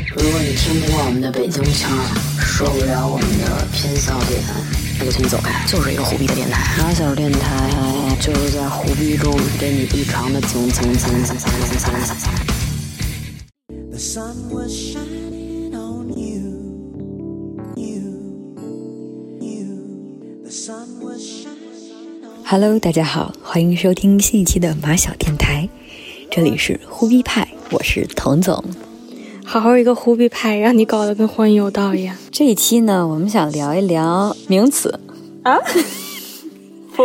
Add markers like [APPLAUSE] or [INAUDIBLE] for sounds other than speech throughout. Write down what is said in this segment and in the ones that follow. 听不惯我们的北京腔儿，受不了我们的偏笑点，我就请你走开。就是一个虎逼的电台，马小电台就是在虎逼中给你异常的蹭蹭蹭蹭蹭蹭蹭蹭蹭。 The sun was shining on you, you, you. The sun was shining on Hello，大家好，欢迎收听新一期的马小电台，这里是忽必派，我是滕总。好好一个忽必派，让你搞得跟荒有道一样。这一期呢，我们想聊一聊名词，不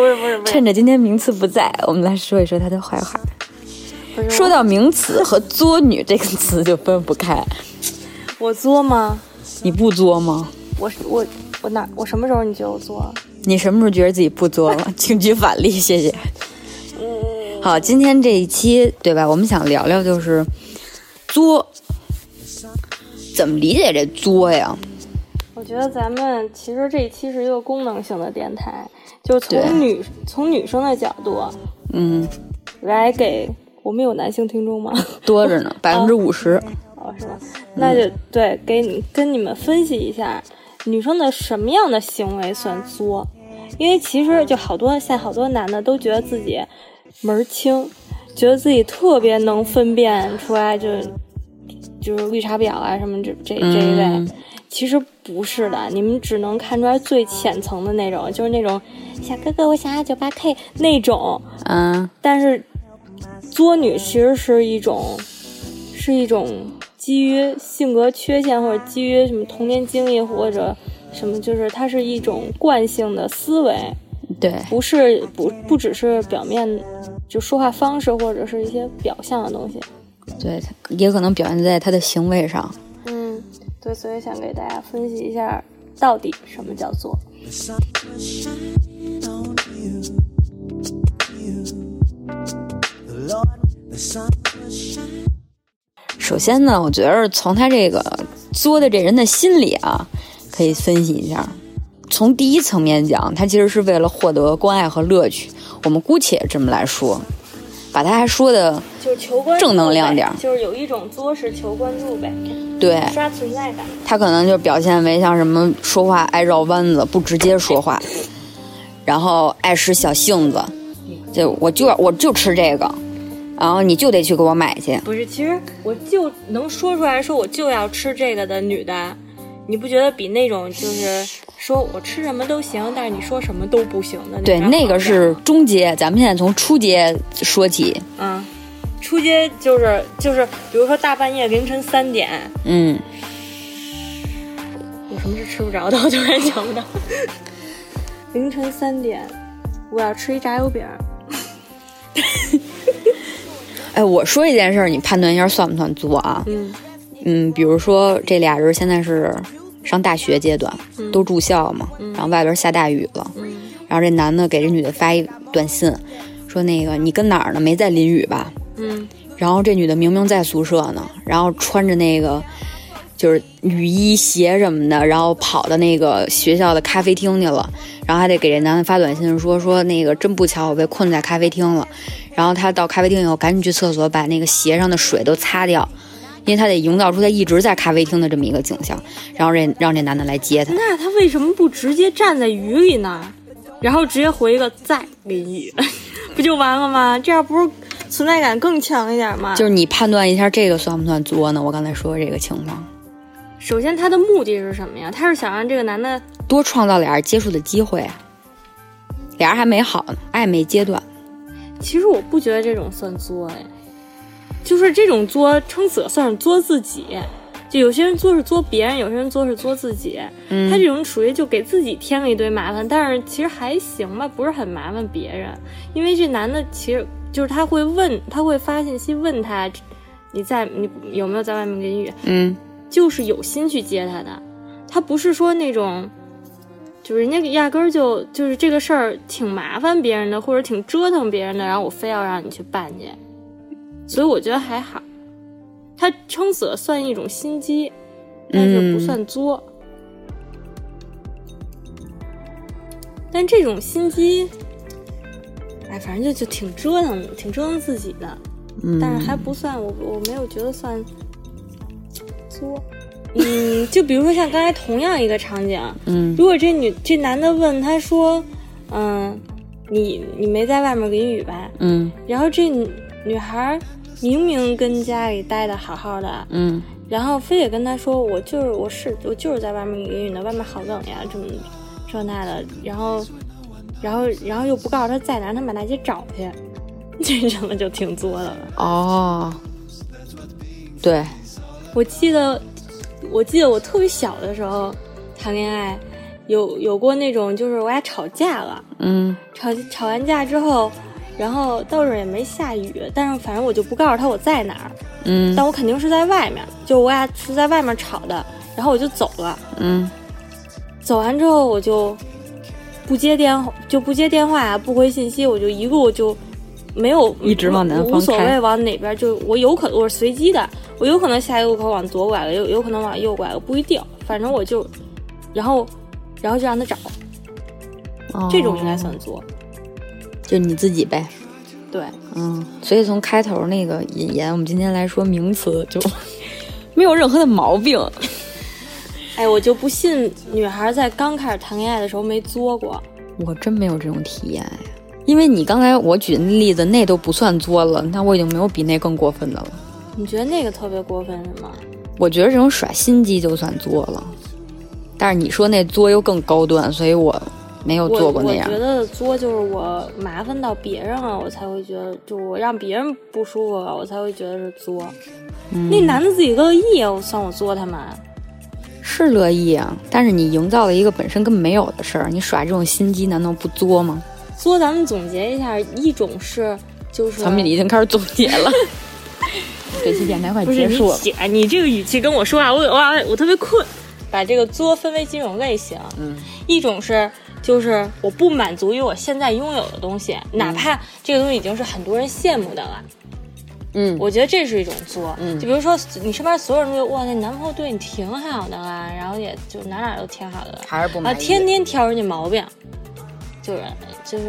是不是不趁着今天名词不在，我们来说一说他的坏话。不是说到名词和作女这个词就分不开，我作吗？你不作吗？我是我我哪我什么时候你觉得我作？你什么时候觉得自己不作了？ [LAUGHS] 请举反例，谢谢。好，今天这一期对吧？我们想聊聊就是作，怎么理解这作呀？我觉得咱们其实这一期是一个功能性的电台，就是对从女从女生的角度嗯，来给我们有男性听众吗？多着呢，百分之五十。哦，是吗？那就对，给你跟你们分析一下，女生的什么样的行为算作？因为其实就好多现在好多男的都觉得自己门儿清，觉得自己特别能分辨出来就，就是绿茶婊啊什么这这这一类。嗯其实不是的，你们只能看出来最浅层的那种，就是那种小哥哥，我想要九八 K 那种，嗯，但是作女其实是一种，是一种基于性格缺陷或者基于什么童年经历或者什么，就是它是一种惯性的思维，对，不是不不只是表面就说话方式或者是一些表象的东西。对，他也可能表现在他的行为上。嗯，对，所以想给大家分析一下到底什么叫做。 the sun was shining on you, you. The Lord, the sun was shining. 首先呢，我觉得从他这个作的这人的心理啊，可以分析一下。从第一层面讲，他其实是为了获得关爱和乐趣，我们姑且这么来说，把他还说的就是求关注正能量点儿呗哎就是有一种作是求关注呗，对刷存在感。他可能就表现为像什么说话爱绕弯子，不直接说话，然后爱使小性子，就我就要我就吃这个，然后你就得去给我买去。不是，其实我就能说出来说我就要吃这个的女的，你不觉得比那种就是说我吃什么都行，但是你说什么都不行的对，种那个好是点儿中阶，咱们现在从初阶说起。嗯，出街就是就是，比如说大半夜凌晨三点，嗯，有什么是吃不着的？我突然想不到， [LAUGHS] 凌晨三点，我要吃一炸油饼。哎，我说一件事儿，你判断一下算不算作啊？嗯嗯，比如说这俩人现在是上大学阶段，都住校嘛，然后外边下大雨了，嗯然后这男的给这女的发一短信，说那个你跟哪儿呢？没在淋雨吧？嗯，然后这女的明明在宿舍呢，然后穿着那个就是雨衣、鞋什么的，然后跑到那个学校的咖啡厅去了，然后还得给这男的发短信说说那个真不巧我被困在咖啡厅了，然后他到咖啡厅以后赶紧去厕所把那个鞋上的水都擦掉。因为他得营造出他一直在咖啡厅的这么一个景象，然后这让这男的来接他，那他为什么不直接站在雨里呢？然后直接回一个在淋雨， [LAUGHS] 不就完了吗？这样不是存在感更强一点吗？就是你判断一下这个算不算作呢？我刚才说的这个情况，首先他的目的是什么呀？他是想让这个男的多创造俩人接触的机会，啊俩人还没好呢，暧昧阶段。其实我不觉得这种算作哎，就是这种作撑死了算是作自己。就有些人作是作别人，有些人作是作自己。他这种属于就给自己添了一堆麻烦，但是其实还行吧，不是很麻烦别人。因为这男的其实就是他会问，他会发信息问他，你在你有没有在外面淋雨？嗯，就是有心去接他的，他不是说那种，就是人家压根儿就就是这个事儿挺麻烦别人的，或者挺折腾别人的，然后我非要让你去办去，所以我觉得还好，他撑死了算一种心机，但是不算作。但这种心机，哎，反正就就挺折腾的，挺折腾自己的，但是还不算，我我没有觉得算作。嗯，就比如说像刚才同样一个场景，啊嗯如果这女这男的问他说，嗯，你你没在外面淋雨吧？嗯然后这女女孩明明跟家里待的好好的，嗯然后非得跟他说我就是我是我就是在外面淋雨呢，外面好冷呀，这么这那的，然后然后然后又不告诉他在哪儿，让他满大街找去， [LAUGHS] 这种的就挺作的了。哦，对，我记得，我记得我特别小的时候谈恋爱，有有过那种就是我俩吵架了，嗯吵吵完架之后，然后倒是也没下雨，但是反正我就不告诉他我在哪儿，嗯但我肯定是在外面，就我俩是在外面吵的，然后我就走了，嗯走完之后我就不接电话，就不接电话啊，不回信息，我就一路就没有一直往南方无所开谓往哪边，就我有可我是随机的，我有可能下一个路口往左拐了，有有可能往右拐了，不一定，反正我就，然后，然后就让他找，哦这种应该算作、就你自己呗。对，嗯，所以从开头那个引言，我们今天来说名词 [LAUGHS] 就没有任何的毛病。哎，我就不信女孩在刚开始谈恋爱的时候没作过，我真没有这种体验哎，因为你刚才我举的例子那都不算作了，那我已经没有比那更过分的了。你觉得那个特别过分是吗？我觉得这种耍心机就算作了，但是你说那作又更高端，所以我没有我做过那样我觉。得作就是我麻烦到别人了，我才会觉得，就我让别人不舒服了，我才会觉得是作。嗯那男的自己乐意，我算我作他妈。是乐意啊，但是你营造了一个本身根本没有的事儿，你耍这种心机难道不作吗？作咱们总结一下，一种是就是咱们已经开始总结了，这期电台快不是结你束了。姐，你这个语气跟我说话，我哇，我特别困。把这个作分为几种类型，嗯，一种是就是我不满足于我现在拥有的东西，哪怕这个东西已经是很多人羡慕的了。嗯我觉得这是一种作，嗯就比如说你身边所有人都觉得哇，那男朋友对你挺好的啦，然后也就哪哪都挺好的了，还是不啊，满意。天天挑人家毛病，就是就是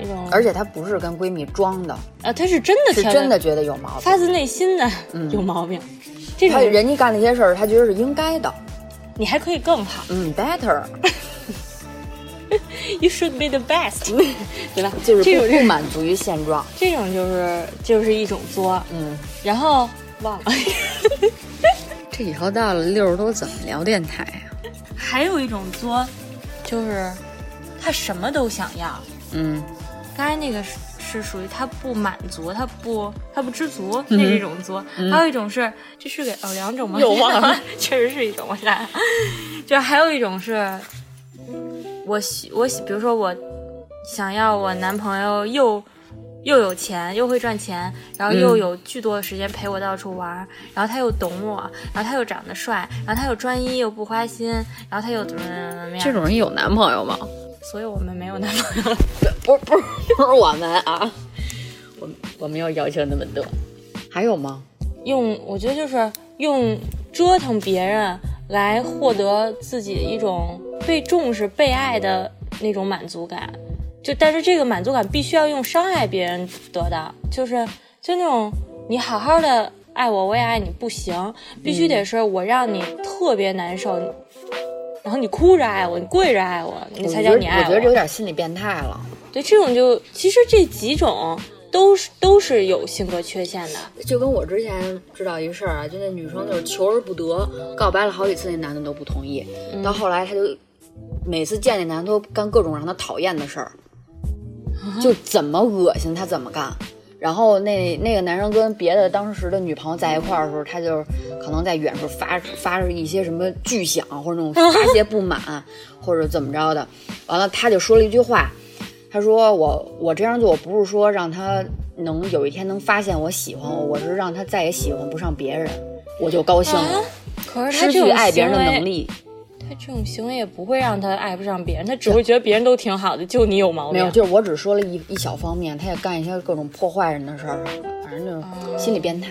那种，而且她不是跟闺蜜装的，啊，他是真的是挑人真的嗯觉得有毛病。发自内心的、有毛病，这她种人家干那些事儿，她觉得是应该的。你还可以更好嗯，better ，You should be the best，对吧？ [LAUGHS] 就是这不种不满足于现状。这种就是就是一种作，嗯，然后忘了，这以后到了六十多怎么聊电台啊呀、 [LAUGHS] 还有一种作就是他什么都想要。嗯，刚才那个是是属于他不满足，他不他不知足，那是一种作；还有一种是这是给哦两种吗？嗯又忘了，确实是一种，我想，就还有一种是，我喜我喜，比如说我想要我男朋友又。又有钱，又会赚钱，然后又有巨多的时间陪我到处玩儿，然后他又懂我，然后他又长得帅，然后他又专一又不花心，然后他又怎么怎么怎么样，种人有男朋友吗？所以我们没有男朋友。不是不是不是 [LAUGHS] 我们啊，我我没有要求那么多。还有吗？用，我觉得就是用折腾别人来获得自己一种被重视、被爱的那种满足感。就但是这个满足感必须要用伤害别人得到，就是就那种你好好的爱我，我也爱你，不行，必须得是我让你特别难受，然后你哭着爱我，你跪着爱我，你才叫你爱我觉得这有点心理变态了。对，这种就其实这几种都是都是有性格缺陷的。就跟我之前知道一事儿啊，就那女生就是求而不得，告白了好几次，那男的都不同意，到后来她就每次见那男的都干各种让她讨厌的事儿，就怎么恶心她怎么干。然后那那个男生跟别的当时的女朋友在一块儿的时候，他就是可能在远处发发出一些什么巨响，或者那种发泄不满，或者怎么着的。完了，他就说了一句话，他说我我这样做，我不是说让他能有一天能发现我喜欢我，我是让他再也喜欢不上别人，我就高兴了，啊可是他失这种去爱别人的行为能力。他这种行为也不会让他爱不上别人，他只会觉得别人都挺好的，就你有毛哦没病。有，就是我只说了一一小方面，他也干一些各种破坏人的事儿，反正哦就是心理变态。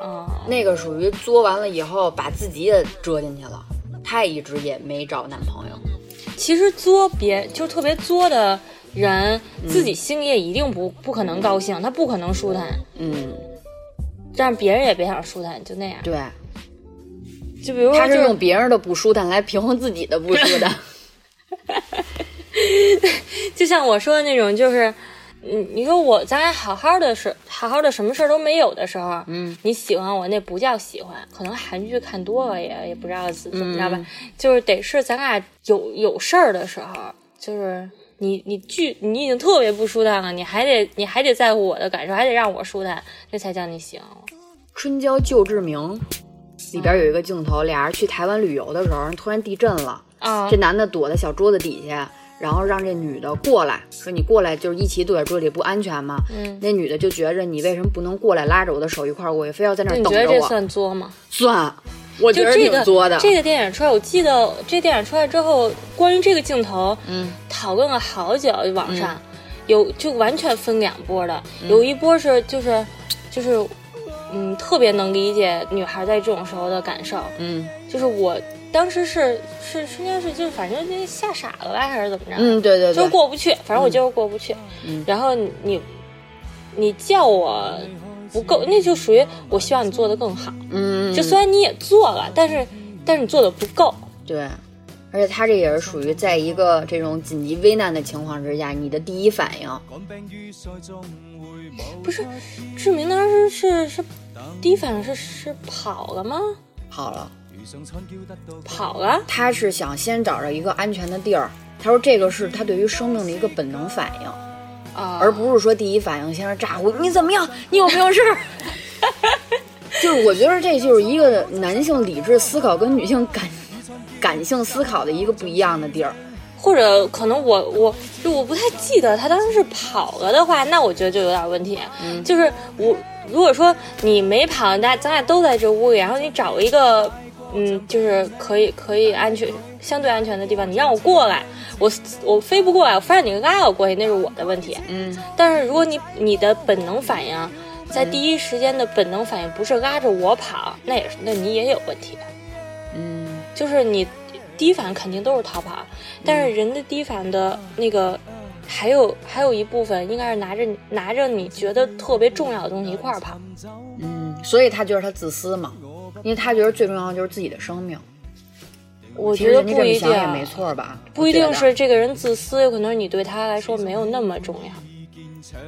啊、那个属于作完了以后，把自己也折进去了。她也一直也没找男朋友，其实作别就特别作的人，嗯自己心里也一定不不可能高兴，他不可能舒坦，嗯，但别人也别想舒坦，就那样。对，就比如说他哦就是是用别人的不舒坦来平衡自己的不舒坦。就像我说的那种，就是，你你说我咱俩好好的时，好好的什么事儿都没有的时候，嗯，你喜欢我那不叫喜欢，可能韩剧看多了也也不知道怎怎么着嗯吧，就是得是咱俩有有事儿的时候，就是你你拒你已经特别不舒坦了，你还得你还得在乎我的感受，还得让我舒坦，这才叫你喜欢我。春娇救志明里边有一个镜头，俩人去台湾旅游的时候，人突然地震了，啊这男的躲在小桌子底下，然后让这女的过来，说你过来就是一起躲在桌子里不安全吗？嗯，那女的就觉着你为什么不能过来拉着我的手一块儿过去，非要在那那儿你等觉得着这我？算作吗？算，我觉就得这挺个作的。啊这个电影出来，我记得这电影出来之后，关于这个镜头，嗯，讨论了好久，啊网上、有就完全分两波的，嗯有一波是就是就是嗯特别能理解女孩在这种时候的感受，嗯就是我当时是是是应该是就是反正那吓傻了吧，还是怎么着？嗯，对对就对，是过不去，反正我就是过不去。嗯然后你你你叫我不够，那就属于我希望你做的更好。嗯，就虽然你也做了，但是但是你做的不够。对，而且他这也是属于在一个这种紧急危难的情况之下，你的第一反应，不是，志明当时是是第一反应是是跑了吗？好了，跑了？他是想先找着一个安全的地儿。他说这个是他对于生命的一个本能反应，啊、而不是说第一反应先是咋呼你怎么样，你有没有事儿。 [LAUGHS] 就是我觉得这就是一个男性理智思考跟女性感感性思考的一个不一样的地儿。或者可能我我就我不太记得他当时是跑了的话，那我觉得就有点问题。就是我如果说你没跑，那咱俩都在这屋里，然后你找一个嗯，就是可以可以安全相对安全的地方，你让我过来，我我飞不过来，我非让你拉我过去，那是我的问题。嗯，但是如果你你的本能反应，在第一时间的本能反应不是拉着我跑，那也是那你也有问题。嗯，就是你第一反应肯定都是逃跑，但是人的第一反应的那个还有还有一部分应该是拿着你拿着你觉得特别重要的东西一块儿跑。嗯，所以他觉得他自私嘛，因为他觉得最重要的就是自己的生命。我其觉实得人家不这么一想定啊也没错吧？不一我定觉得是这个人自私，有可能你对他来说没有那么重要。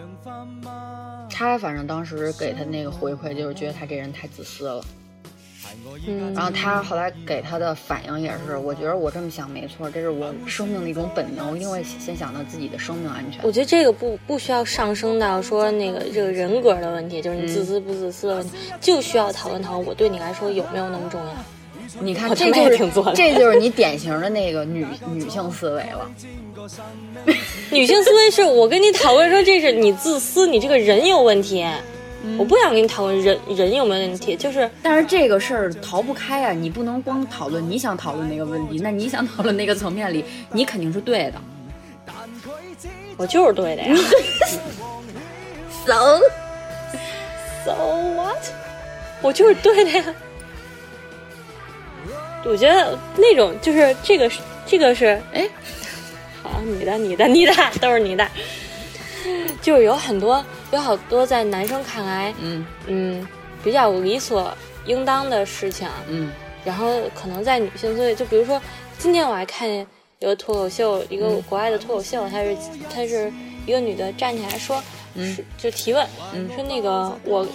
他，反正当时给他那个回馈就是觉得他这人太自私了。嗯，然后他后来给他的反应也是，我觉得我这么想没错，这是我生命的一种本能，我一定会先想到自己的生命安全我。觉得这个不不需要上升到说那个这个人格的问题，就是你自私不自私的问题，就需要讨论讨论我对你来说有没有那么重要。你看，我他这妈就也是挺作的这 [LAUGHS] 就是你典型的那个女女性思维了。女性思维是我跟你讨论说这是你自私，你这个人有问题。我不想跟你讨论人人有没有问题，就是但是这个事儿逃不开啊，你不能光讨论你想讨论那个问题，那你想讨论那个层面里，你肯定是对的。我就是对的呀。走， so what？我就是对的呀。我觉得那种就是这个是这个是哎，好，你的、你的、你的，都是你的。就是有很多，有好多在男生看来，嗯嗯，比较理所应当的事情，嗯然后可能在女性思维，就比如说，今天我还看见有个脱口秀，一个国外的脱口秀，她是她是一个女的站起来说，是就提问，说那个我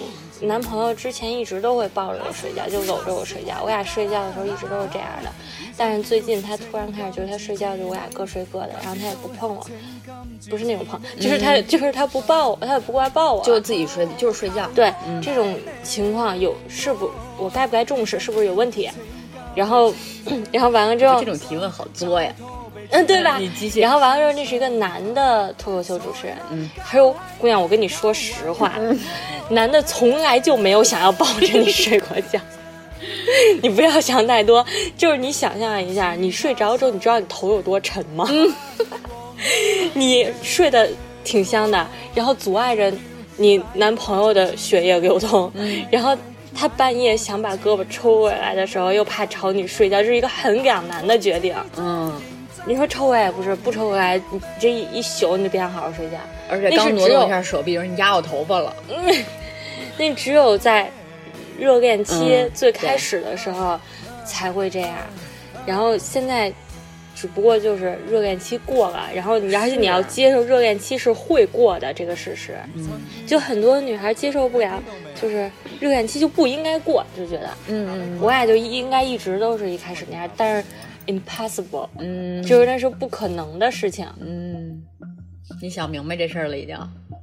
男朋友之前一直都会抱着我睡觉，就搂着我睡觉，我俩睡觉的时候一直都是这样的，但是最近他突然开始觉得他睡觉就我俩各睡各的，然后他也不碰我，不是那种碰，就是他、就是他不抱我，他也不过来抱我，就自己睡，就是睡觉。对、这种情况有是不我该不该重视，是不是有问题？然后， [COUGHS] 然后完了之后这，种提问好作呀。嗯，对吧你继？续然后完了之后，那是一个男的脱口秀主持人。嗯，还有姑娘，我跟你说实话，男的从来就没有想要抱着你睡过觉。 [LAUGHS] 你不要想太多，就是你想象一下，你睡着之后，你知道你头有多沉吗？嗯 [LAUGHS] 你睡得挺香的，然后阻碍着你男朋友的血液流通，嗯然后他半夜想把胳膊抽回来的时候，又怕吵你睡觉，这是一个很两难的决定。嗯，你说抽回来也不是，不抽回来，你这一一宿你就别想好好睡觉。而且那是刚挪只有动一下手臂，人压我头发了。那只有在热恋期嗯最开始的时候，才会这样。然后现在只不过就是热恋期过了，然后你而且你啊要接受热恋期是会过的这个事实。嗯就很多女孩接受不了，就是热恋期就不应该过，就觉得嗯嗯我俩就应该一直都是一开始那样，但是 impossible，嗯就是那是不可能的事情。嗯，你想明白这事儿了已经。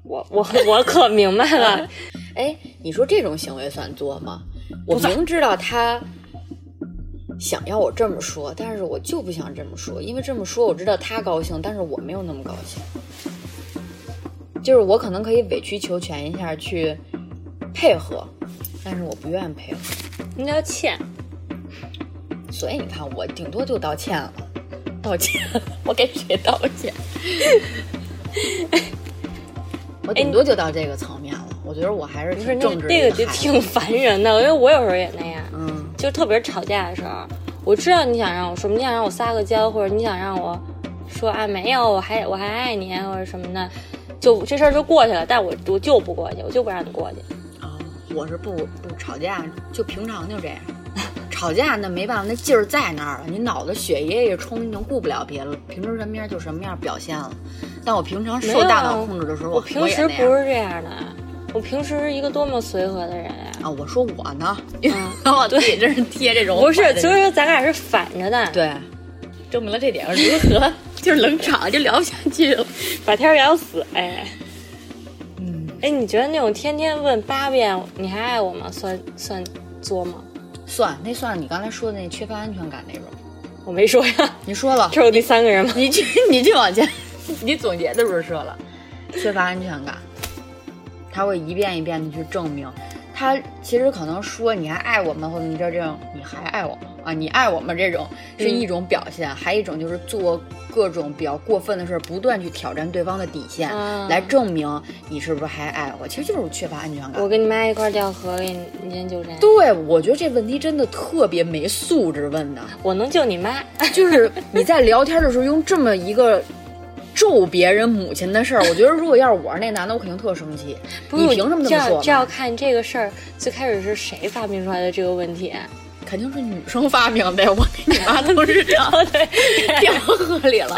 我我我可明白了，哎，你说这种行为算作吗？我明知道他想要我这么说，但是我就不想这么说，因为这么说我知道他高兴，但是我没有那么高兴。就是我可能可以委曲求全一下去配合，但是我不愿意配合，那叫欠。所以你看，我顶多就道歉了，道歉，哎我给谁道 [LAUGHS] 歉？我顶多就到这个层面了。我觉得我还是不是挺那正直的那一个个就孩子挺烦人 [LAUGHS] 的，因为我有时候也那样，嗯。就特别是吵架的时候，我知道你想让我说，你想让我撒个娇，或者你想让我说啊没有，我还我还爱你啊或者什么的，就这事儿就过去了。但我我就不过去，我就不让你过去。啊，我是不不吵架，就平常就这样。吵架那没办法，那劲儿在那儿了，你脑子血液一冲，你就顾不了别的了，平时什么样就什么样表现了。但我平常没有受啊大脑控制的时候，我我平时也那样不是这样的，我平时是一个多么随和的人呀、啊，我说我呢，[LAUGHS] 嗯我自己真是贴这种不是反，着所以说咱俩是反着的。，对，证明了这点儿如 [LAUGHS] 何就是冷场就聊不下去了。把天儿聊死，哎。嗯，哎，你觉得那种天天问八遍你还爱我吗，算算作吗？算那算是你刚才说的那缺乏安全感那种。我没说呀， [LAUGHS] 你说了，这是我第三个人吗？你去，你去往前，你总结的时候说了，缺乏安全感，他会一遍一遍的去证明，他其实可能说你还爱我吗，或者你这这种你还爱我吗啊，你爱我吗这种是一种表现，还有一种就是做各种比较过分的事儿，不断去挑战对方的底线，啊来证明你是不是还爱我，其实就是缺乏安全感我。跟你妈一块儿掉河里，你先救谁？对，我觉得这问题真的特别没素质问的。我能救你妈。就是你在聊天的时候用这么一个咒别人母亲的事儿，我觉得如果要是我是那男的，我肯定特生气。 [LAUGHS] 你凭什么这么要说这要呢？看这个事儿最开始是谁发明出来的这个问题。肯定是女生发明的，我跟你妈都是这样对，掉河里了。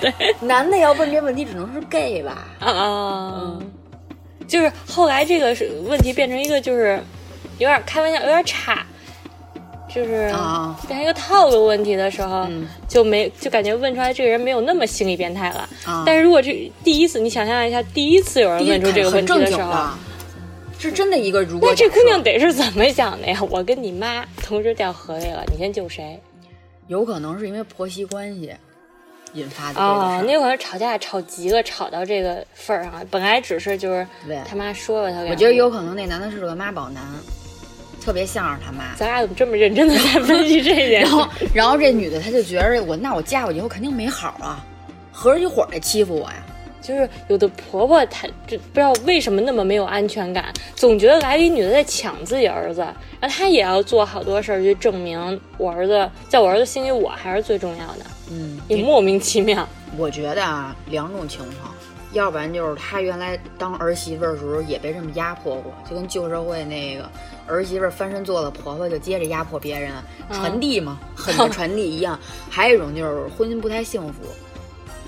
对，男的要问这问题，只能是 gay 吧？啊，就是后来这个是问题变成一个就是有点开玩笑，有点差，就是啊变成一个套路问题的时候，嗯就没就感觉问出来这个人没有那么心理变态了。啊但是如果这第一次，你想象一下，第一次有人问出这个问很题正的经时候的。，是真的一个如果那这假设姑娘得是怎么想的呀？ [LAUGHS] 我跟你妈同时掉河里了，你先救谁？有可能是因为婆媳关系引发的这个哦，事那儿有可能吵架吵急了，吵到这个份儿上了。本来只是就是对他妈说了他两句，我觉得有可能那男的是个妈宝男，特别像是他妈。咱俩怎么这么认真的 [LAUGHS] 在分析这一点？然后，然后这女的她就觉着我，那我嫁过去以后肯定没好啊，合着一伙儿来欺负我呀。就是有的婆婆她这不知道为什么那么没有安全感，总觉得来了一女的在抢自己儿子，然后她也要做好多事儿去证明我儿子，在我儿子心里我还是最重要的，嗯，也莫名其妙。我觉得啊，两种情况，要不然就是她原来当儿媳妇儿的时候也被这么压迫过，就跟旧社会那个儿媳妇儿翻身做了婆婆，就接着压迫别人，嗯传递嘛，狠的传递一 [LAUGHS] 样。还有一种就是婚姻不太幸福，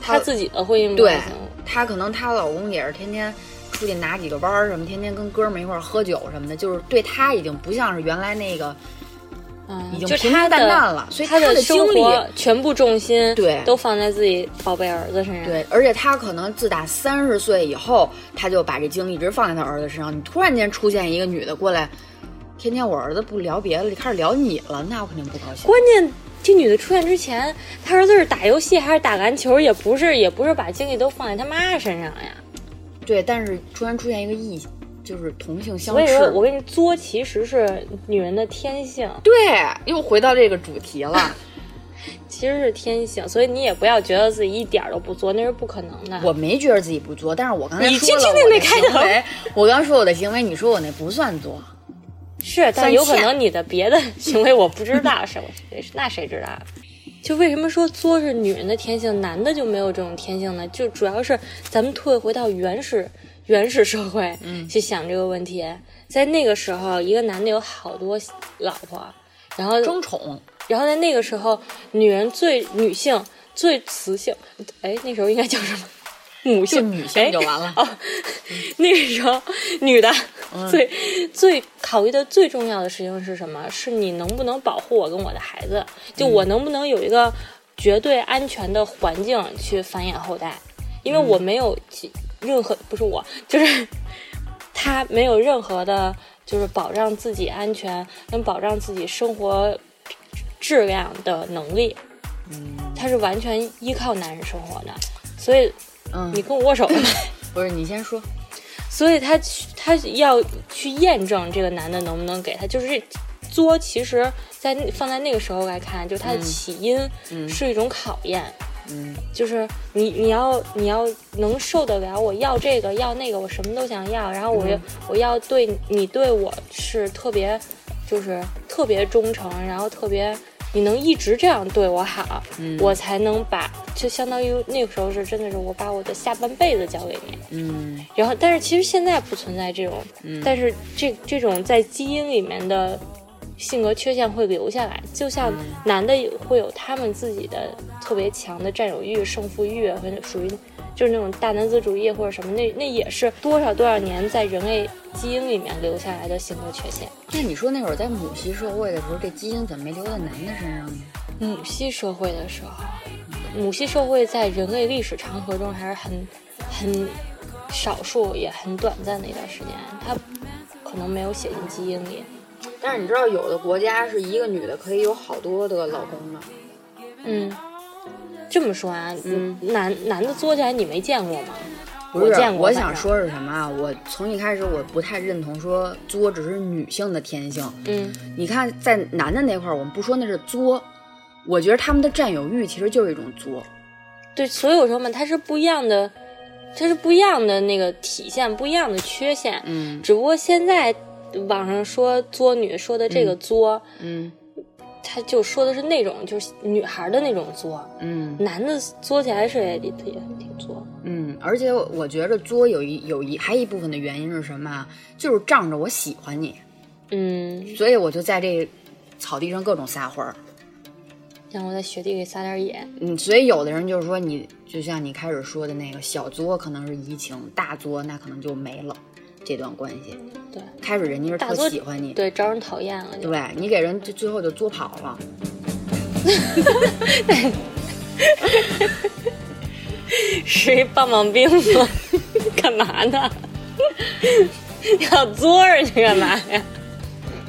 她自己的婚姻不对幸福她可能她老公也是天天出去拿几个弯儿什么，天天跟哥们儿一块儿喝酒什么的，就是对她已经不像是原来那个嗯，已经就平她平淡的淡了所以她她的生经历活全部重心对都放在自己宝贝儿子身上。对，而且他可能自打三十岁以后，他就把这精力一直放在他儿子身上。你突然间出现一个女的过来，天天我儿子不聊别的了，开始聊你了，那我肯定不高兴。关键这女的出现之前，她儿子是打游戏还是打篮球，也不是也不是把精力都放在他妈身上呀。对，但是突然出现一个异，就是同性相所以说，我斥。跟你作其实是女人的天性，对，又回到这个主题了。其实是天性，所以你也不要觉得自己一点儿都不作，那是不可能的。我没觉得自己不作，但是我刚才你说今了天我那的开行头为，我刚说我的行为，你说我那不算作。是，但算有可欠能你的别的 [LAUGHS] 行为我不知道，是我那谁知道？啊就为什么说作是女人的天性，男的就没有这种天性呢？就主要是咱们退回到原始原始社会，嗯去想这个问题。在那个时候，一个男的有好多老婆，然后争宠，然后在那个时候，女人最女性最雌性，哎，那时候应该叫什么？ [LAUGHS] 母就性，女性就哎完了。哦，那个时候女的、最最考虑的最重要的事情是什么？是你能不能保护我跟我的孩子？就我能不能有一个绝对安全的环境去繁衍后代？因为我没有其任何不是我，就是他没有任何的，就是保障自己安全跟保障自己生活质量的能力。他是完全依靠男人生活的，所以嗯你，跟我握手了吗？不是你先说，所以他去，他要去验证这个男的能不能给他，就是这作，其实在那放在那个时候来看，就是它的起因是一种考验，嗯就是你你要你要能受得了，我要这个要那个，我什么都想要，然后我又、嗯我要对你对我是特别就是特别忠诚，然后特别你能一直这样对我好，嗯我才能把就相当于那个时候是真的是我把我的下半辈子交给你。嗯然后，但是其实现在不存在这种，嗯但是这这种在基因里面的性格缺陷会留下来，就像男的有会有他们自己的特别强的占有欲、胜负欲，和属于就是那种大男子主义或者什么，那那也是多少多少年在人类基因里面留下来的性格缺陷。那你说那会儿在母系社会的时候，这基因怎么没留在男的身上呢？母系社会的时候，母系社会在人类历史长河中还是很很少数也很短暂的一段时间，它可能没有写进基因里。但是你知道，有的国家是一个女的可以有好多的老公的，嗯，这么说啊，嗯男男的作起来你没见过吗？不是，我见过。我反想正，说是什么啊？我从一开始我不太认同说作只是女性的天性。嗯你看，在男的那块儿，我们不说那是作，我觉得他们的占有欲其实就是一种作。对，所以我说嘛，它是不一样的，它是不一样的那个体现，不一样的缺陷。嗯只不过现在网上说作女说的这个作，嗯他就说的是那种就是女孩的那种作，嗯男的作起来是也也挺作。嗯，而且我我觉着作有一有一还一部分的原因是什么啊？就是仗着我喜欢你，嗯，所以我就在这草地上各种撒欢儿。让我在雪地里撒点野。嗯，所以有的人就是说你，就像你开始说的那个小作可能是移情，大作那可能就没了这段关系。对，开始人家是大特作喜欢你，对，招人讨厌了就。对你给人就最后就作跑了。是一棒棒冰吗？ [LAUGHS] 干嘛呢？ [LAUGHS] 要作人去干嘛呀？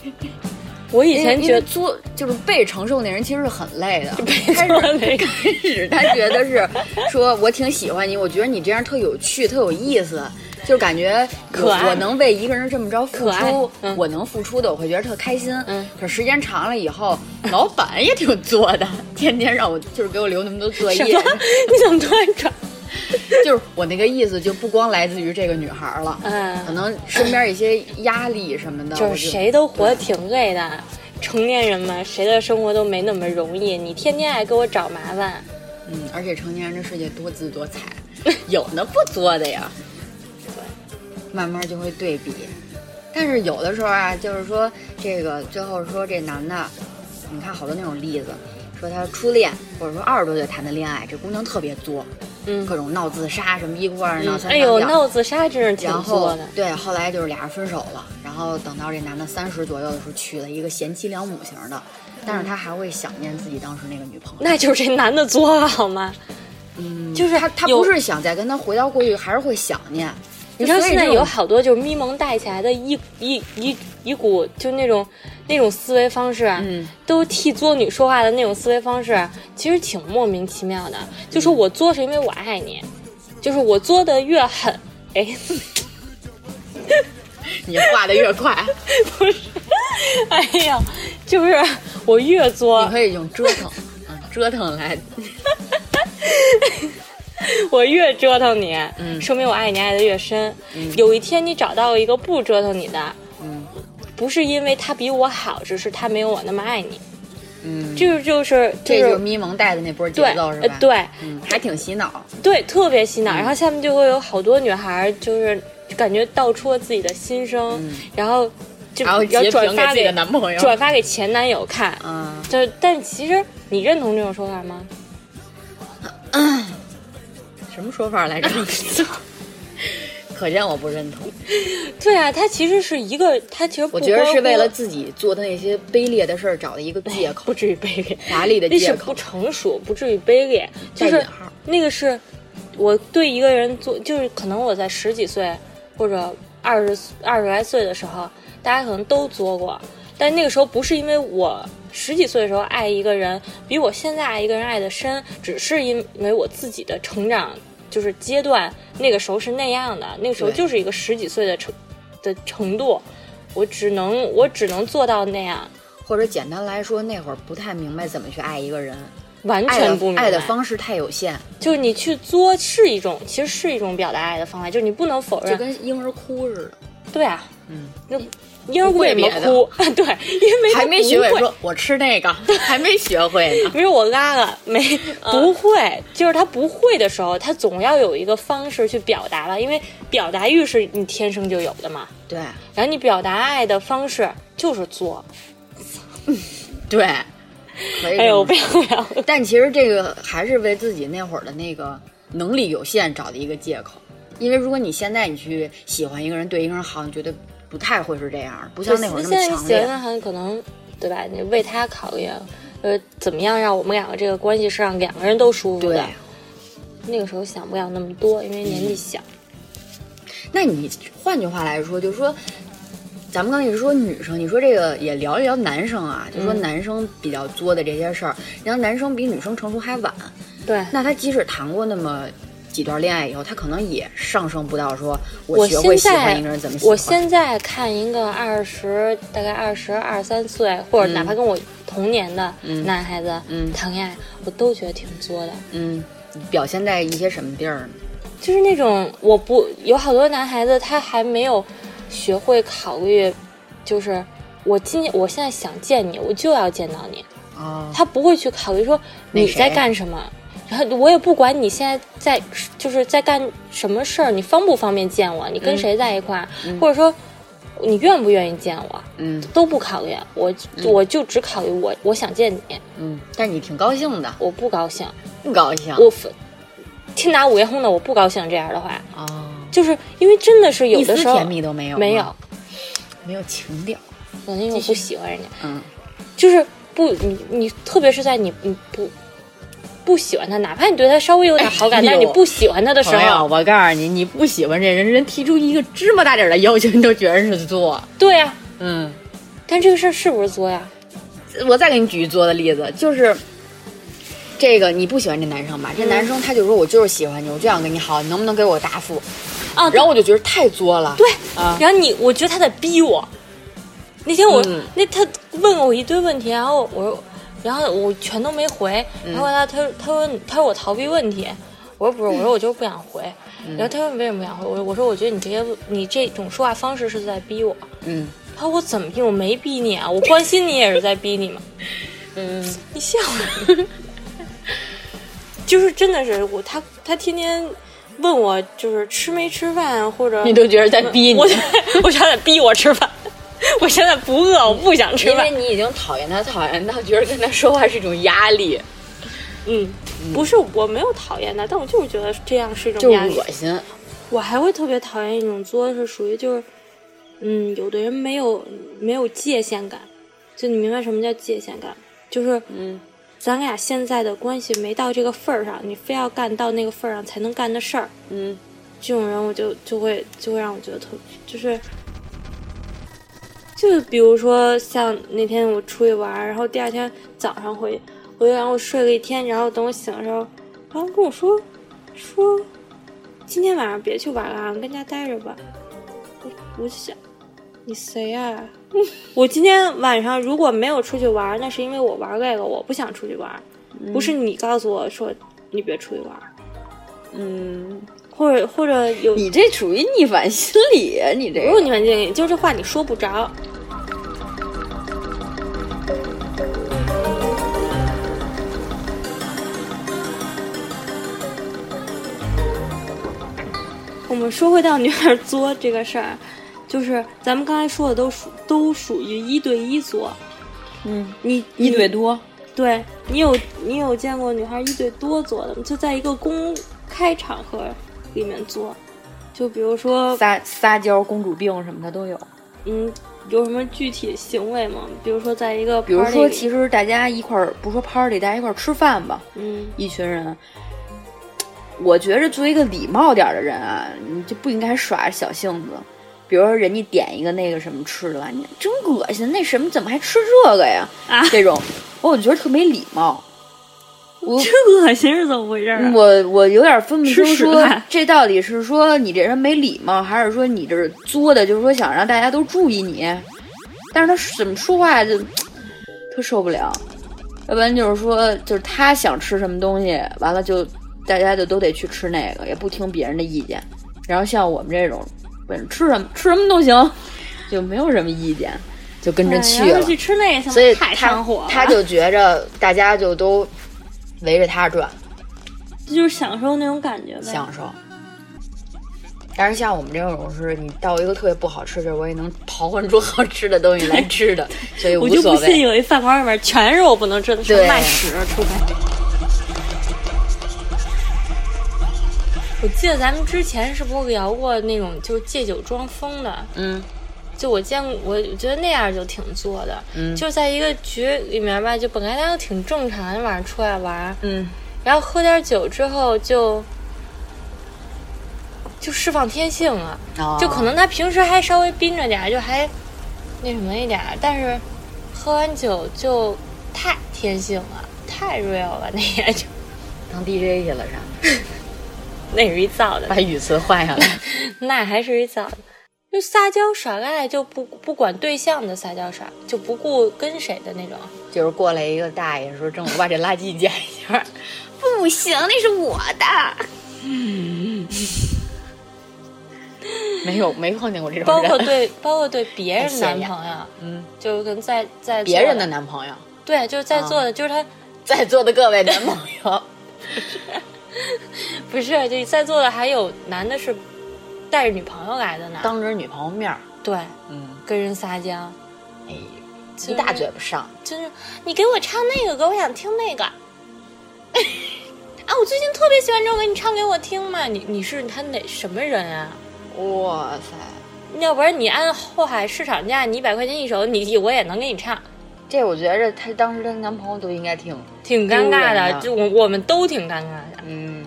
[LAUGHS] 我以以前觉得作就是被承受那人其实是很累的，开那个，是他觉得是说我挺喜欢你，我觉得你这样特有趣，特有意思。就感觉可我爱我能为一个人这么着付可爱出，嗯我能付出的，我会觉得特开心。嗯可时间长了以后，老板也挺作的，天天让我就是给我留那么多作什业，么？ [LAUGHS] 你怎么突然转？就是我那个意思就不光来自于这个女孩儿了，可嗯，能身边一些压力什么的，就啊我是谁都活得挺累的，成年人嘛，谁的生活都没那么容易。你天天爱给我找麻烦，嗯，而且成年人的世界多姿多 [LAUGHS] 彩，有那不作的呀。慢慢就会对比，但是有的时候啊，就是说这个最后说这男的，你看好多那种例子，说他初恋或者说二十多岁谈的恋爱，这姑娘特别作，嗯各种闹自杀，什么一哭二闹嗯三上哎呦，吊闹自杀真是挺然作后的。对，后来就是俩人分手了。然后等到这男的三十左右的时候，娶了一个贤妻良母型的，但嗯是他还会想念自己当时那个女朋友。那就是这男的作了 [LAUGHS] 好吗？嗯，就是他他有不是想再跟他回到过去，还是会想念。你知道所以现在这种有好多就是咪蒙带起来的一一一一股就那种那种思维方式，啊嗯，都替作女说话的那种思维方式，啊其实挺莫名其妙的。就说我作是因为我爱你，就是我作的越狠，哎， [LAUGHS] 你画的越 [LAUGHS] 快，不是，哎呀，就是我越作你，可以用折腾， [LAUGHS] 嗯，折腾来。我越折腾你，嗯说明我爱你爱的越深。有一天你找到一个不折腾你的，嗯不是因为他比我好，只是他没有我那么爱你。嗯，这个就是这就就是是咪蒙带的那波对节奏是呃吧？，对嗯，还挺洗脑。对，特别洗脑。然后下面就会有好多女孩儿，就是感觉道出了自己的心声，然后就嗯然后要截转屏给发自己的男朋友，转发给前男友看，嗯，就但其实你认同这种说法吗？什么说法来 [LAUGHS] 着？可见我不认同，对啊，他其实是一个，他其实不我觉得光是为光了自己做的那些卑劣的事儿找的一个借口不，至于卑劣，华丽的那是借不口。成熟，不至于卑劣，就带是引号那个是我对一个人做，就是可能我在十几岁或者二十二十来岁的时候，大家可能都作过，但那个时候不是因为我十几岁的时候爱一个人比我现在爱一个人爱的深，只是因为我自己的成长就是阶段，那个时候是那样的，那个时候对就是一个十几岁的程的程度，我只能我只能做到那样。或者简单来说，那会儿不太明白怎么去爱一个人，完爱全不的明白爱的方式太有限。就是你去作是一种，其实是一种表达爱的方法，就是你不能否就认。跟婴儿哭似的，对啊，嗯，那婴儿哭为什么哭？ [LAUGHS] 对，因为他 [LAUGHS] 还没学会不会。说，我吃那个， [LAUGHS] 还没学会呢。比如我拉了没嗯不会，就是他不会的时候，他总要有一个方式去表达吧，因为表达欲是你天生就有的嘛。对然后你表达爱的方式就是作，对，可以这么哎说呦，不要不要，但其实这个还是为自己那会儿的那个能力有限找的一个借口，因为如果你现在你去喜欢一个人，对一个人好，你觉得不太会是这样，不像那会儿那现么在强觉烈。得很可能，对吧？你为他考虑，呃，怎么样让我们两个这个关系是让两个人都舒服对的？，那个时候想不了那么多，因为年纪嗯小。那你换句话来说，就说。咱们刚才也说女生，你说这个也聊一聊男生啊，就嗯说男生比较作的这些事儿，然后男生比女生成熟还晚，对，那他即使谈过那么几段恋爱以后，他可能也上升不到说我学会现喜欢在一个人怎么喜欢。我现在看一个二十，大概二十二三岁，或者哪怕跟我同年的男孩子、嗯谈恋爱，我都觉得挺作的。嗯，表现在一些什么地儿呢？就是那种我不有好多男孩子，他还没有学会考虑，就是我今天我现在想见你，我就要见到你，哦，他不会去考虑说那你谁在干什么。然后我也不管你现在在就是在干什么事儿，你方不方便见我，你跟嗯谁在一块儿，或者说你愿不愿意见我，嗯都不考虑。啊我、我就只考虑我我想见你，嗯，但你挺高兴的，我不高兴，不高兴我天打五雷轰的，我不高兴这样的话，哦，就是因为真的是有一丝的时候甜蜜都没有，没有，，没有情调，可能因为我不喜欢人家，嗯就是不你你，特别是在你你不不喜欢他，哪怕你对他稍微有点好感，哎呦但是你不喜欢他的时朋友，候，我告诉你，你不喜欢这人，人提出一个芝麻大点儿的要求，你都觉得是作。对呀、嗯，但这个事儿是不是作呀？我再给你举一作的例子，就是这个你不喜欢这男生吧？这男生他就说我就是喜欢你，我就想跟你好，你能不能给我答复？啊，然后我就觉得太作了。对，啊然后你，我觉得他在逼我。那天我、嗯那他问我一堆问题，然后我说，然后我全都没回。嗯然后他他他说他说我逃避问题，我说不是，我说我就是不想回。嗯然后他说你为什么不想回？我说我说我觉得你这些你这种说话方式是在逼我。嗯，他啊说我怎么逼？我没逼你啊，我关心你也是在逼你嘛。 [LAUGHS] 嗯，你笑 [LAUGHS] 什么？就是真的是我他他天天问我就是吃没吃饭或者你都觉得在逼你 [LAUGHS] 我，我现在逼我吃饭， [LAUGHS] 我现在不饿，我不想吃因为饭。你已经讨厌他，讨厌到觉得跟他说话是一种压力，嗯，不是我没有讨厌他，但我就是觉得这样是一种就是压力恶。心。我还会特别讨厌一种作，是属于就是，嗯，有的人没有没有界限感，就你明白什么叫界限感？就是嗯，咱俩现在的关系没到这个份儿上，你非要干到那个份儿上才能干的事儿，嗯，这种人我就就会就会让我觉得特就是，就比如说像那天我出去玩儿，然后第二天早上回去，回去然后我睡了一天，然后等我醒的时候，然后跟我说说今天晚上别去玩了，啊跟家待着吧。我我就想，你谁呀、 [LAUGHS] 我今天晚上如果没有出去玩，那是因为我玩累了，我不想出去玩，不是你告诉我说你别出去玩。嗯，或者或者有你这属于逆反心理，你这不是你们经理，就这话你说不着。我们说回到女孩作这个事儿，就是咱们刚才说的都属都属于一对一作，嗯，你一对你多，对你有你有见过女孩一对多做的吗？就在一个公开场合里面做，就比如说，撒撒娇、公主病什么的都有。嗯，有什么具体行为吗？比如说在一个 party 比里，如说，其实大家一块儿不说 party，大家一块儿吃饭吧，嗯，一群人。我觉着作为一个礼貌点儿的人啊，你就不应该耍小性子。比如说，人家点一个那个什么吃的吧，你真恶心，那什么怎么还吃这个呀？啊这种，我觉得特没礼貌。我 [LAUGHS] 这恶心是怎么回事、嗯啊？我我有点分不清吃屎说吧这到底是说你这人没礼貌，还是说你这是作的，就是说想让大家都注意你。但是他怎么说话就特受不了，要不然就是说就是他想吃什么东西，完了就大家就都得去吃那个，也不听别人的意见。然后像我们这种，本吃什么吃什么都行，就没有什么意见，就跟着去哎了要是。去吃那什所以么太他上火了，他就觉着大家就都围着他转这就是享受那种感觉呗。享受。但是像我们这种是，你到一个特别不好吃的地儿，我也能刨换出好吃的东西来吃的， [LAUGHS] 所以我无就所不信谓。有一饭馆里面全是我不能吃的，是对卖屎出牌。我记得咱们之前是不是聊过那种就是借酒装疯的？嗯，就我见过，我觉得那样就挺作的。嗯就在一个局里面吧，就本来大家都挺正常的，晚上出来玩，嗯，然后喝点酒之后就就释放天性了。哦就可能他平时还稍微憋着点儿，就还那什么一点儿，但是喝完酒就太天性了，太 real 了， [LAUGHS] 那也就当 DJ 去了，是吧？那是一造的 [LAUGHS] 把，语词换下 [LAUGHS] 来。那还是一造的。就撒娇耍赖，就不不管对象的撒娇耍，就不顾跟谁的那种。就是过来一个大爷说：“正午把这垃圾捡一 [LAUGHS] 下。”不行，那是我的。没有，没碰见过这包种括人。对，包括对别太人显 [LAUGHS] 男眼朋友，嗯，就跟在在 [LAUGHS] 别座人的男朋 [LAUGHS] 友，对，就是在啊座的，就是他在座的各位男朋友，不是，就在座的还有男的是带着女朋友来的呢， [LAUGHS] 当着女朋友面儿，对，嗯，跟人撒娇，哎呦，就是一大嘴巴上，真是，你给我唱那个歌，我想听那个。 [LAUGHS] 啊，我最近特别喜欢这首歌，你唱给我听嘛？你你是他哪什么人啊？哇塞，要不然你按后海市场价，你一百块钱一首，你我也能给你唱，这我觉着她当时她男朋友都应该听，挺丢尴尬人的。啊就我我们都挺尴尬的。嗯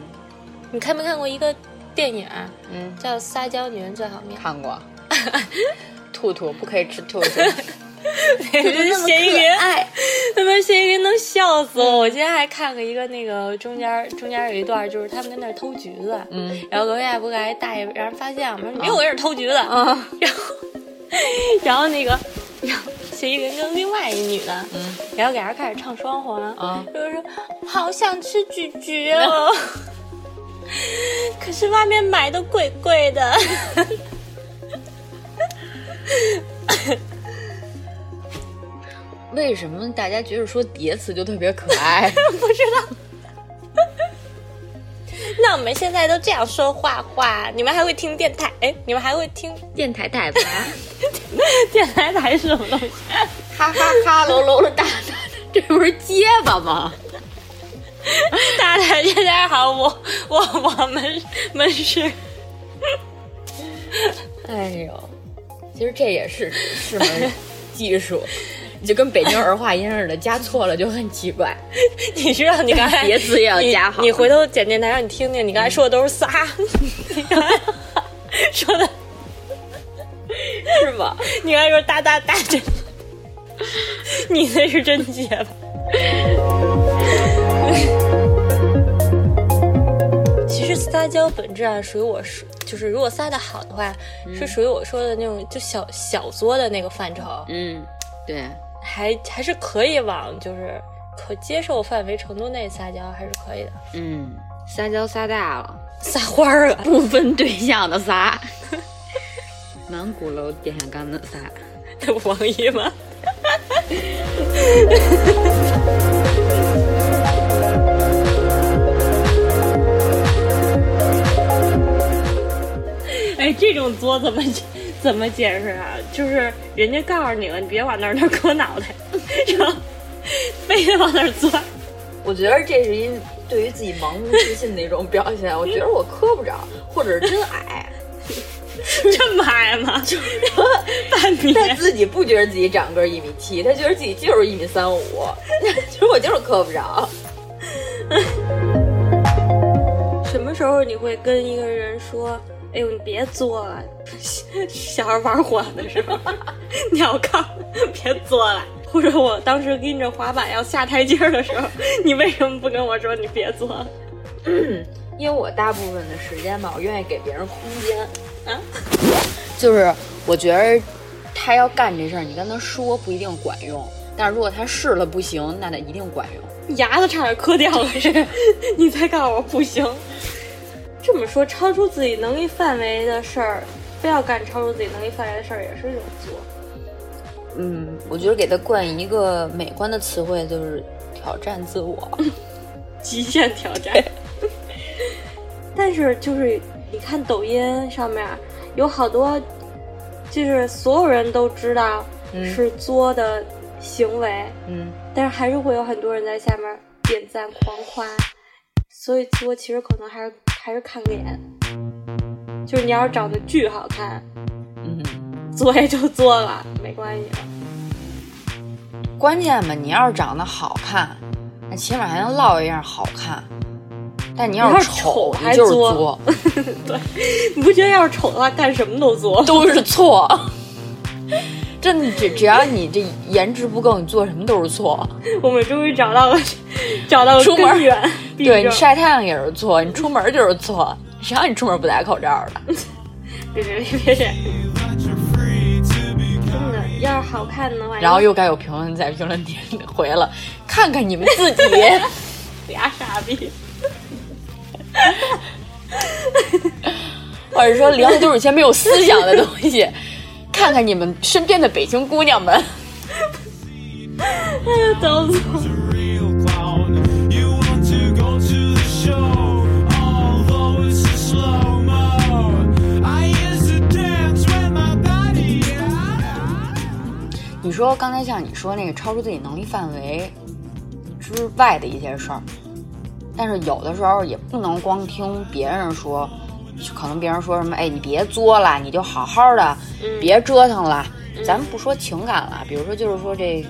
你看没看过一个电影啊嗯，叫《撒娇女人最好命》？看过， [LAUGHS] 兔兔不可以吃兔兔， [LAUGHS] 那边谐音云， [LAUGHS] 那边谐音云能笑死我！我今天还看了一个那个中间中间有一段，就是他们在那儿偷橘子，嗯，然后楼下不来大爷让人发现了啊吗？没有人偷橘子，嗯 [LAUGHS] 然后然后那个然后嫌疑人跟另外一女的，嗯然后俩人开始唱双簧，啊就是说好想吃橘橘哦， [LAUGHS] 可是外面买的贵 [LAUGHS] 贵的。为什么大家觉得说叠词就特别可爱？ [LAUGHS] [LAUGHS] 不知道。那我们现在都这样说话话，你们还会听电台？哎，你们还会听电台台吧， [LAUGHS] 啊电台台是什么东西？哈哈哈喽喽的大大，这不是结巴吗？ [LAUGHS] 大大家大家好，我我我们们是哎呦，其实这也是是门技 [LAUGHS] 术，就跟北京儿化音似的，加错了就很奇怪。你知道你刚哎才叠词也要你加好你回头剪电台让你听听，你刚才说的都是仨， [LAUGHS] 你刚才说的 [LAUGHS] 是吗？你刚才说哒哒哒真，你那是真结巴。其实撒娇本质啊，属于我是就是如果撒的好的话，是属于我说的那种就小小作的那个范畴。嗯，对，还还是可以往就是可接受范围程度内撒娇，还是可以的。嗯，撒娇撒大了，撒欢儿了， [LAUGHS] 不分对象的撒，满鼓楼电线杆子撒。那不王一吗？ [LAUGHS] 哎，这种作怎么怎么解释啊？就是人家告诉你了，你别往那儿那儿搁脑袋，然后非得往那儿钻。 [LAUGHS] 我觉得这是一对于自己盲目自信的一种表现。我觉得我磕不着，或者是真矮，这么矮吗？ [LAUGHS] 半米，他自己不觉得自己长个一米七，他觉得自己就是一米三五。 [LAUGHS] 其实我就是磕不着。什么时候你会跟一个人说：“哎呦，你别作了，小孩玩火的时候， [LAUGHS] 你要看，别作了。”或者我当时拎着滑板要下台阶儿的时候，你为什么不跟我说你别作了？因为我大部分的时间吧，我愿意给别人空间。就是我觉得他要干这事儿，你跟他说不一定管用，但是如果他试了不行，那他一定管用。牙都差点磕掉了，是？ [LAUGHS] 你再告诉我不行。这么说，超出自己能力范围的事儿，非要干超出自己能力范围的事儿，也是一种作。嗯，我觉得给他冠一个美观的词汇就是挑战自我。极限挑战。但是就是你看抖音上面有好多，就是所有人都知道嗯是作的行为，嗯，但是还是会有很多人在下面点赞狂夸，所以作其实可能还是还是看脸，就是你要是长得巨好看，嗯，作也就作了，没关系了。关键吧，你要是长得好看，那起码还能落一样好看。但你要你要是是丑丑，还你就是作作，你不觉得要是丑的话，干什么都作？ [LAUGHS] 都是错。 [LAUGHS] 这你只只要你这颜值不够，你做什么都是错。我们终于找到了，找到了出门根源。避对你症晒太阳也是错，你出门就是错。谁让你出门不戴口罩的？别别别别这样！真的，要是好看的话，然后又该有评论在评论点回了，看看你们自己。 [LAUGHS] 俩傻逼， [LAUGHS] 或者说聊的都是一些没有思想的东西。看看你们身边的北京姑娘们，哎呀，都错。你说刚才像你说那个超出自己能力范围之外的一些事儿，但是有的时候也不能光听别人说，可能别人说什么，哎，你别作了，你就好好的，嗯别折腾了。咱们不说情感了，比如说就是说这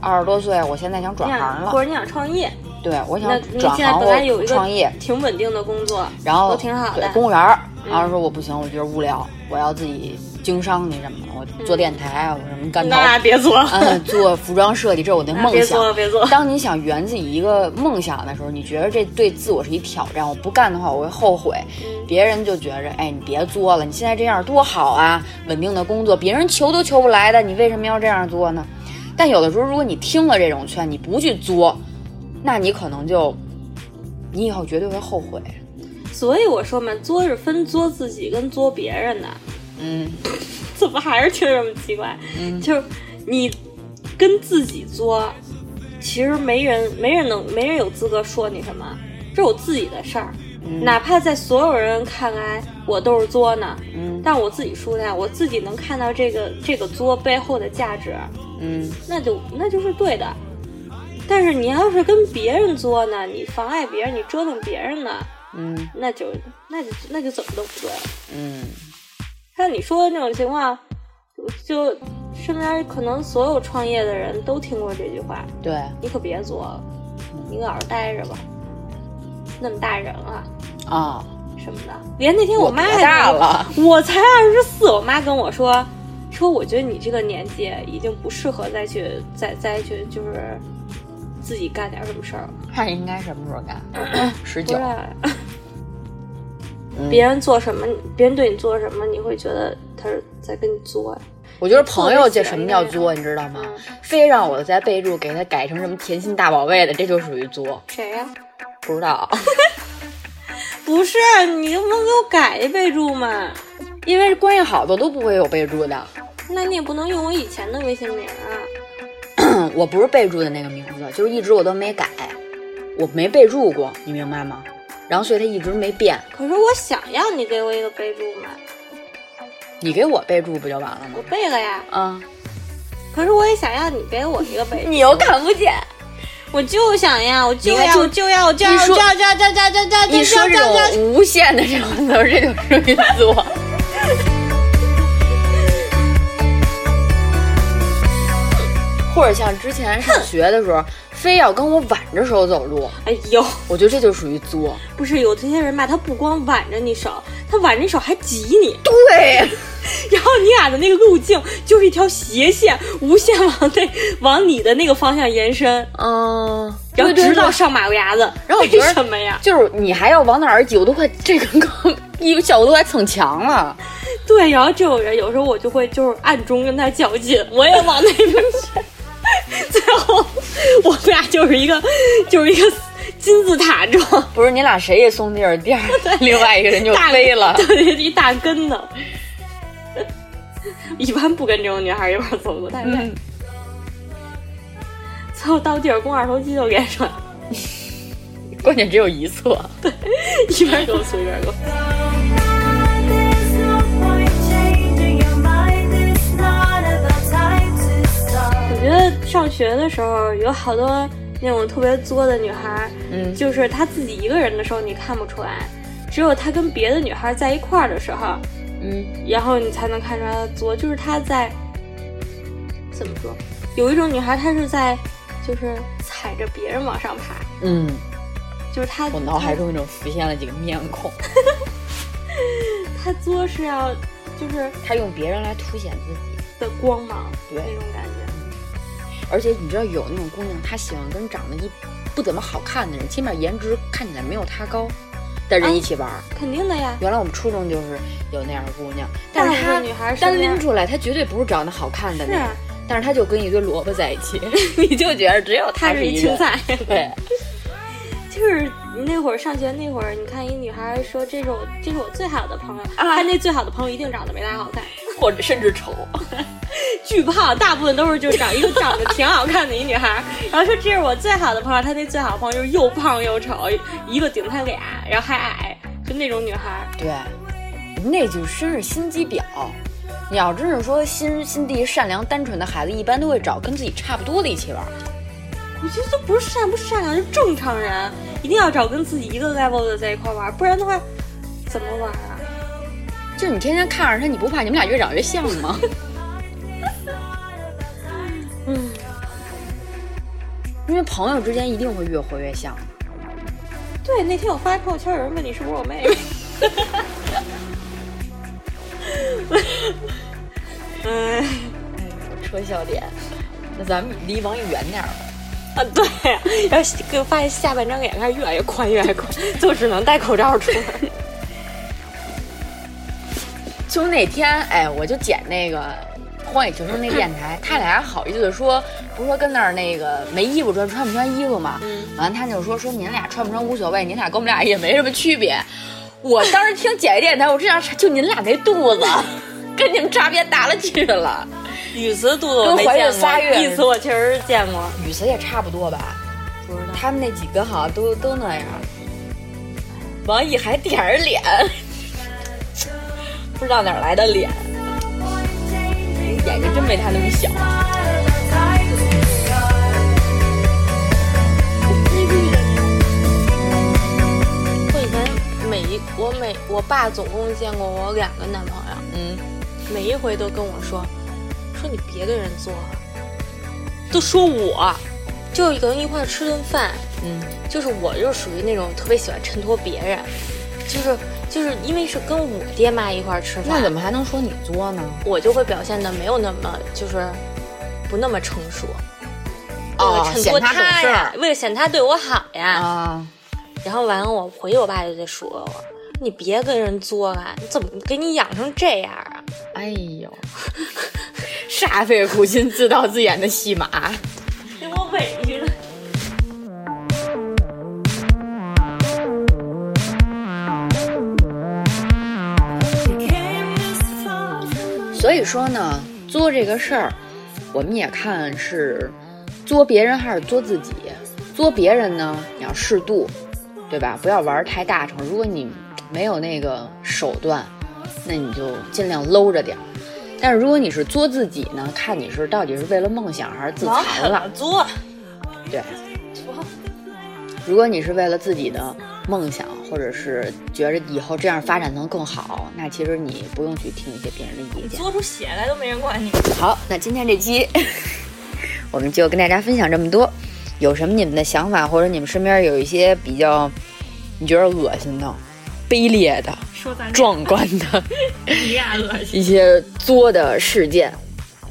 二十多岁，我现在想你转行想，或了，者你想创业，对我想那你转现在行本来有或一创业个，挺稳定的工作，然后都挺好对的。嗯公务员儿，然后说我不行，我觉得无聊，我要自己经商去什么的，我做电台，啊我什么干嗯那淘，别做，嗯，做服装设计，这是我的那梦别想做，。别做。当你想圆自己一个梦想的时候，你觉得这对自我是一挑战，我不干的话我会后悔。嗯别人就觉着，哎，你别作了，你现在这样多好啊，稳定的工作，别人求都求不来的，你为什么要这样做呢？但有的时候，如果你听了这种劝，你不去作，那你可能就，你以后绝对会后悔。所以我说嘛，作是分作自己跟作别人的。嗯，怎么还是听着这么奇怪？就是你跟自己作，其实没人没人能没人有资格说你什么，这是我自己的事儿。哪怕在所有人看来我都是作呢，嗯但我自己舒坦，我自己能看到这个这个作背后的价值，嗯。那就那就是对的。但是你要是跟别人作呢，你妨碍别人，你折腾别人呢，嗯那就那就那就怎么都不对了。嗯像你说的那种情况，就身边可能所有创业的人都听过这句话，，对，你可别做了，你老实待着吧，那么大人了啊，什么的。连那天我妈我多还大跟我了？我才二十四，我妈跟我说，说我觉得你这个年纪已经不适合再去再再去就是自己干点什么事儿了，那应该什么时候干？ [COUGHS] 十不九是。别人做什么，别人对你做什么，你会觉得他是在跟你作呀？我觉得朋友这什么叫作，你知道吗？非让我在备注给他改成什么“甜心大宝贝”的，这就属于作。谁呀、不 [LAUGHS] 知道，不是，你能不能给我改一备注嘛？因为关系好的都不会有备注的。 [CLEARS THROAT] 那你也不能用我以前的微信名啊。嗯我不是备注的那个名字，就是一直我都没改，我没备注过，你明白吗？然后所以他一直没变。可是我想要你给我一个备注嘛，你给我备注不就完了吗我？背了呀，啊，可是我也想要你给我一个 [LAUGHS] 背注，你又看不见，我就想要，我就你看要，就我就要，我就要，你我就说要，就要，就要，就要，就要，就要，就一说要，这就要，就要种无限的这种词儿，这就属于自我。 [LAUGHS] 或者像之前上学的时候，非要跟我挽着手走路，哎呦，我觉得这就属于作。不是有这些人吧？他不光挽着你手，他挽着你手还挤你，对，然后你俩的那个路径就是一条斜线，无限往那往你的那个方向延伸，嗯，然后对对直到对上马路牙子。然后我觉为得 [LAUGHS] 什么呀？就是你还要往哪儿挤，我都快这个刚一个脚都快蹭墙了。对，然后这种人有时候我就会就是暗中跟他较劲，我也往那边去， [LAUGHS] 最后我们俩就是一个就是一个金字塔状，不是你俩谁也松劲儿，第二另外一个人就大飞了。对，一大根的。 [LAUGHS] 一般不跟这种女孩一块儿走路，但是、嗯最后到地儿肱二头肌就给甩了，关键只有一侧。一边给我随便给我。 There's no point changing your mind. It's not about time to stop. 我觉得上学的时候有好多那种特别作的女孩，嗯就是她自己一个人的时候你看不出来，只有她跟别的女孩在一块儿的时候，嗯，然后你才能看出来她作。就是她在怎么说，有一种女孩她是在就是踩着别人往上爬，嗯，就是她我脑海中那种浮现了几个面孔。她她作是要就是他用别人来凸显自己，的光芒对那种感觉，而且你知道有那种姑娘，她喜欢跟长得一不怎么好看的人，起码颜值看起来没有她高的人一起玩儿。肯定的呀。原来我们初中就是有那样的姑娘，大但部是她分女孩是单那样拎出来，她绝对不是长得好看的那是啊种，但是她啊就跟一堆萝卜在一起， [LAUGHS] 你就觉得只有她是是一一青人。菜。对，就是那会儿上学那会儿，你看一女孩儿说这是我这是我最好的朋友，她那最好的朋友一定长得没她好看， [LAUGHS] 或者甚至丑，巨胖，大部分都是就是长一个长得挺好看的一女孩儿，然后说这是我最好的朋友，她那最好的朋友就是又胖又丑，一个顶她俩，然后还矮，就那种女孩儿。 [LAUGHS] 对，那就真是心机婊。你要真是说心心地善良、单纯的孩子，一般都会找跟自己差不多的一起玩儿。我觉得这不是善不善良，是正常人一定要找跟自己一个 level 的在一块儿玩儿，不然的话怎么玩儿啊？就是你天天看着他，你不怕你们俩越长越像 [LAUGHS] 吗？嗯，因为朋友之间一定会越活越像。对，那天我发朋友圈有人问你是不是我妹 [LAUGHS] 妹。嗯说笑点，那咱们离王毅远点儿吧。啊，对，然后给我发现下半张脸开始越来越宽，越来越宽，就只能戴口罩出门。就那天，哎，我就剪那个《荒野求生》那电台，他俩还好意思的说，不是说跟那儿那个没衣服穿，穿不穿衣服嘛？完了他就说说你们俩穿不穿无所谓，你俩跟我们俩也没什么区别。我当时听剪辑电台，我这样就你俩那肚子， [LAUGHS] 跟你们差别大了去了。雨慈肚子我跟没怀见孕过，仨月意思我确实见过，雨慈也差不多吧，不知道。他们那几个好像都都那样。王毅还点儿脸， [LAUGHS] 不知道哪儿来的脸，眼睛真没他那么小。 Not about time to stop. 我以前每一我每我爸总共见过我两个男朋友，嗯，每一回都跟我说，说你别跟人作了，都说我，就可能一块儿吃顿饭，嗯，就是我就属于那种特别喜欢衬托别人，就是就是因为是跟我爹妈一块儿吃那饭，怎么还能说你作呢？我就会表现的没有那么就是不那么成熟，哦为了衬托显他懂事儿呀，为了显他对我好呀， [LAUGHS] 啊，然后完了，我回去，我爸就得数落我：“你别跟人作了，你怎么给你养成这样啊哎呦，煞费苦心自导自演的戏码。给我委屈了。 We came this far from 所以说呢，作这个事儿，我们也看是作别人还是作自己。作别人呢，你要适度，对吧？不要玩儿太大成。如果你没有那个手段，那你就尽量搂着点儿。但是如果你是作自己呢，看你是到底是为了梦想还是自往残了狠。作，对，如果你是为了自己的梦想，或者是觉着以后这样发展能更好，那其实你不用去听一些别人的意见。作出血来都没人管你。好，那今天这期 [LAUGHS] 我们就跟大家分享这么多。有什么你们的想法，或者你们身边有一些比较你觉得恶心的、卑劣的、说咱壮观 [LAUGHS] 的你俩恶心。一些作的事件，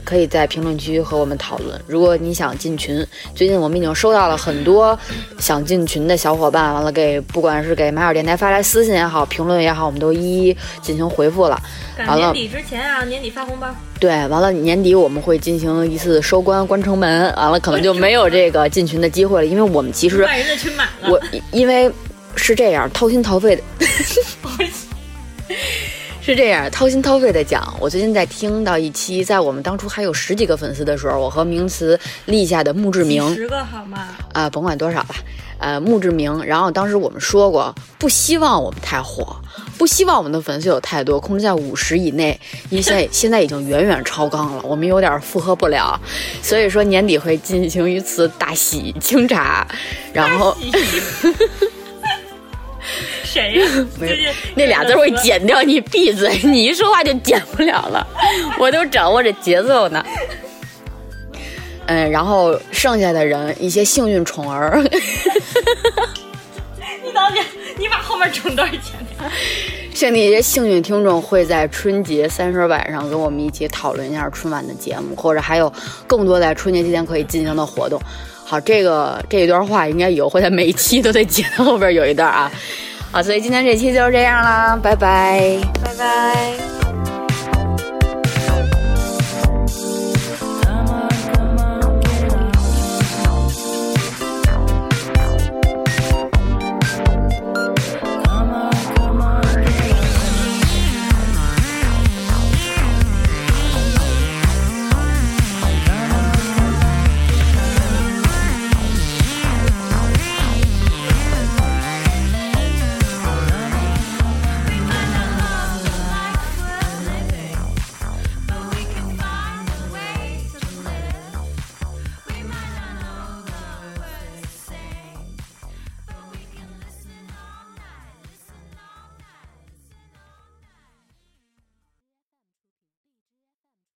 可以在评论区和我们讨论。如果你想进群，最近我们已经收到了很多想进群的小伙伴，完了给不管是给马小电台发来私信也好，评论也好，我们都一一进行回复了。赶完了年底之前啊，年底发红包，对，完了年底我们会进行一次收官关城门，完了可能就没有这个进群的机会了，因为我们其实把人的群满了。我因为是这样掏心掏肺的， [LAUGHS] 是这样掏心掏肺的讲。我最近在听到一期，在我们当初还有十几个粉丝的时候，我和名词立下的墓志铭，十个好吗？啊、甭管多少吧，呃，墓志铭。然后当时我们说过，不希望我们太火，不希望我们的粉丝有太多，控制在五十以内，因为现 [LAUGHS] 在现在已经远远超纲了，我们有点负荷不了，所以说年底会进行一次大喜清查，然后谁呀？没就有是那俩 [LAUGHS] 字儿会剪掉，你闭嘴，你一说话就剪不了了，我都掌握着节奏呢。 [LAUGHS] 嗯，然后剩下的人一些幸运宠儿。你等点，你把后面整段剪掉。像那些幸运听众会在春节三十晚上跟我们一起讨论一下春晚的节目，或者还有更多在春节期间可以进行的活动。好，这个这一段话应该以后会在每一期都得剪 [LAUGHS] 到后边有一段啊。好，所以今天这期就是这样啦，拜拜。拜拜。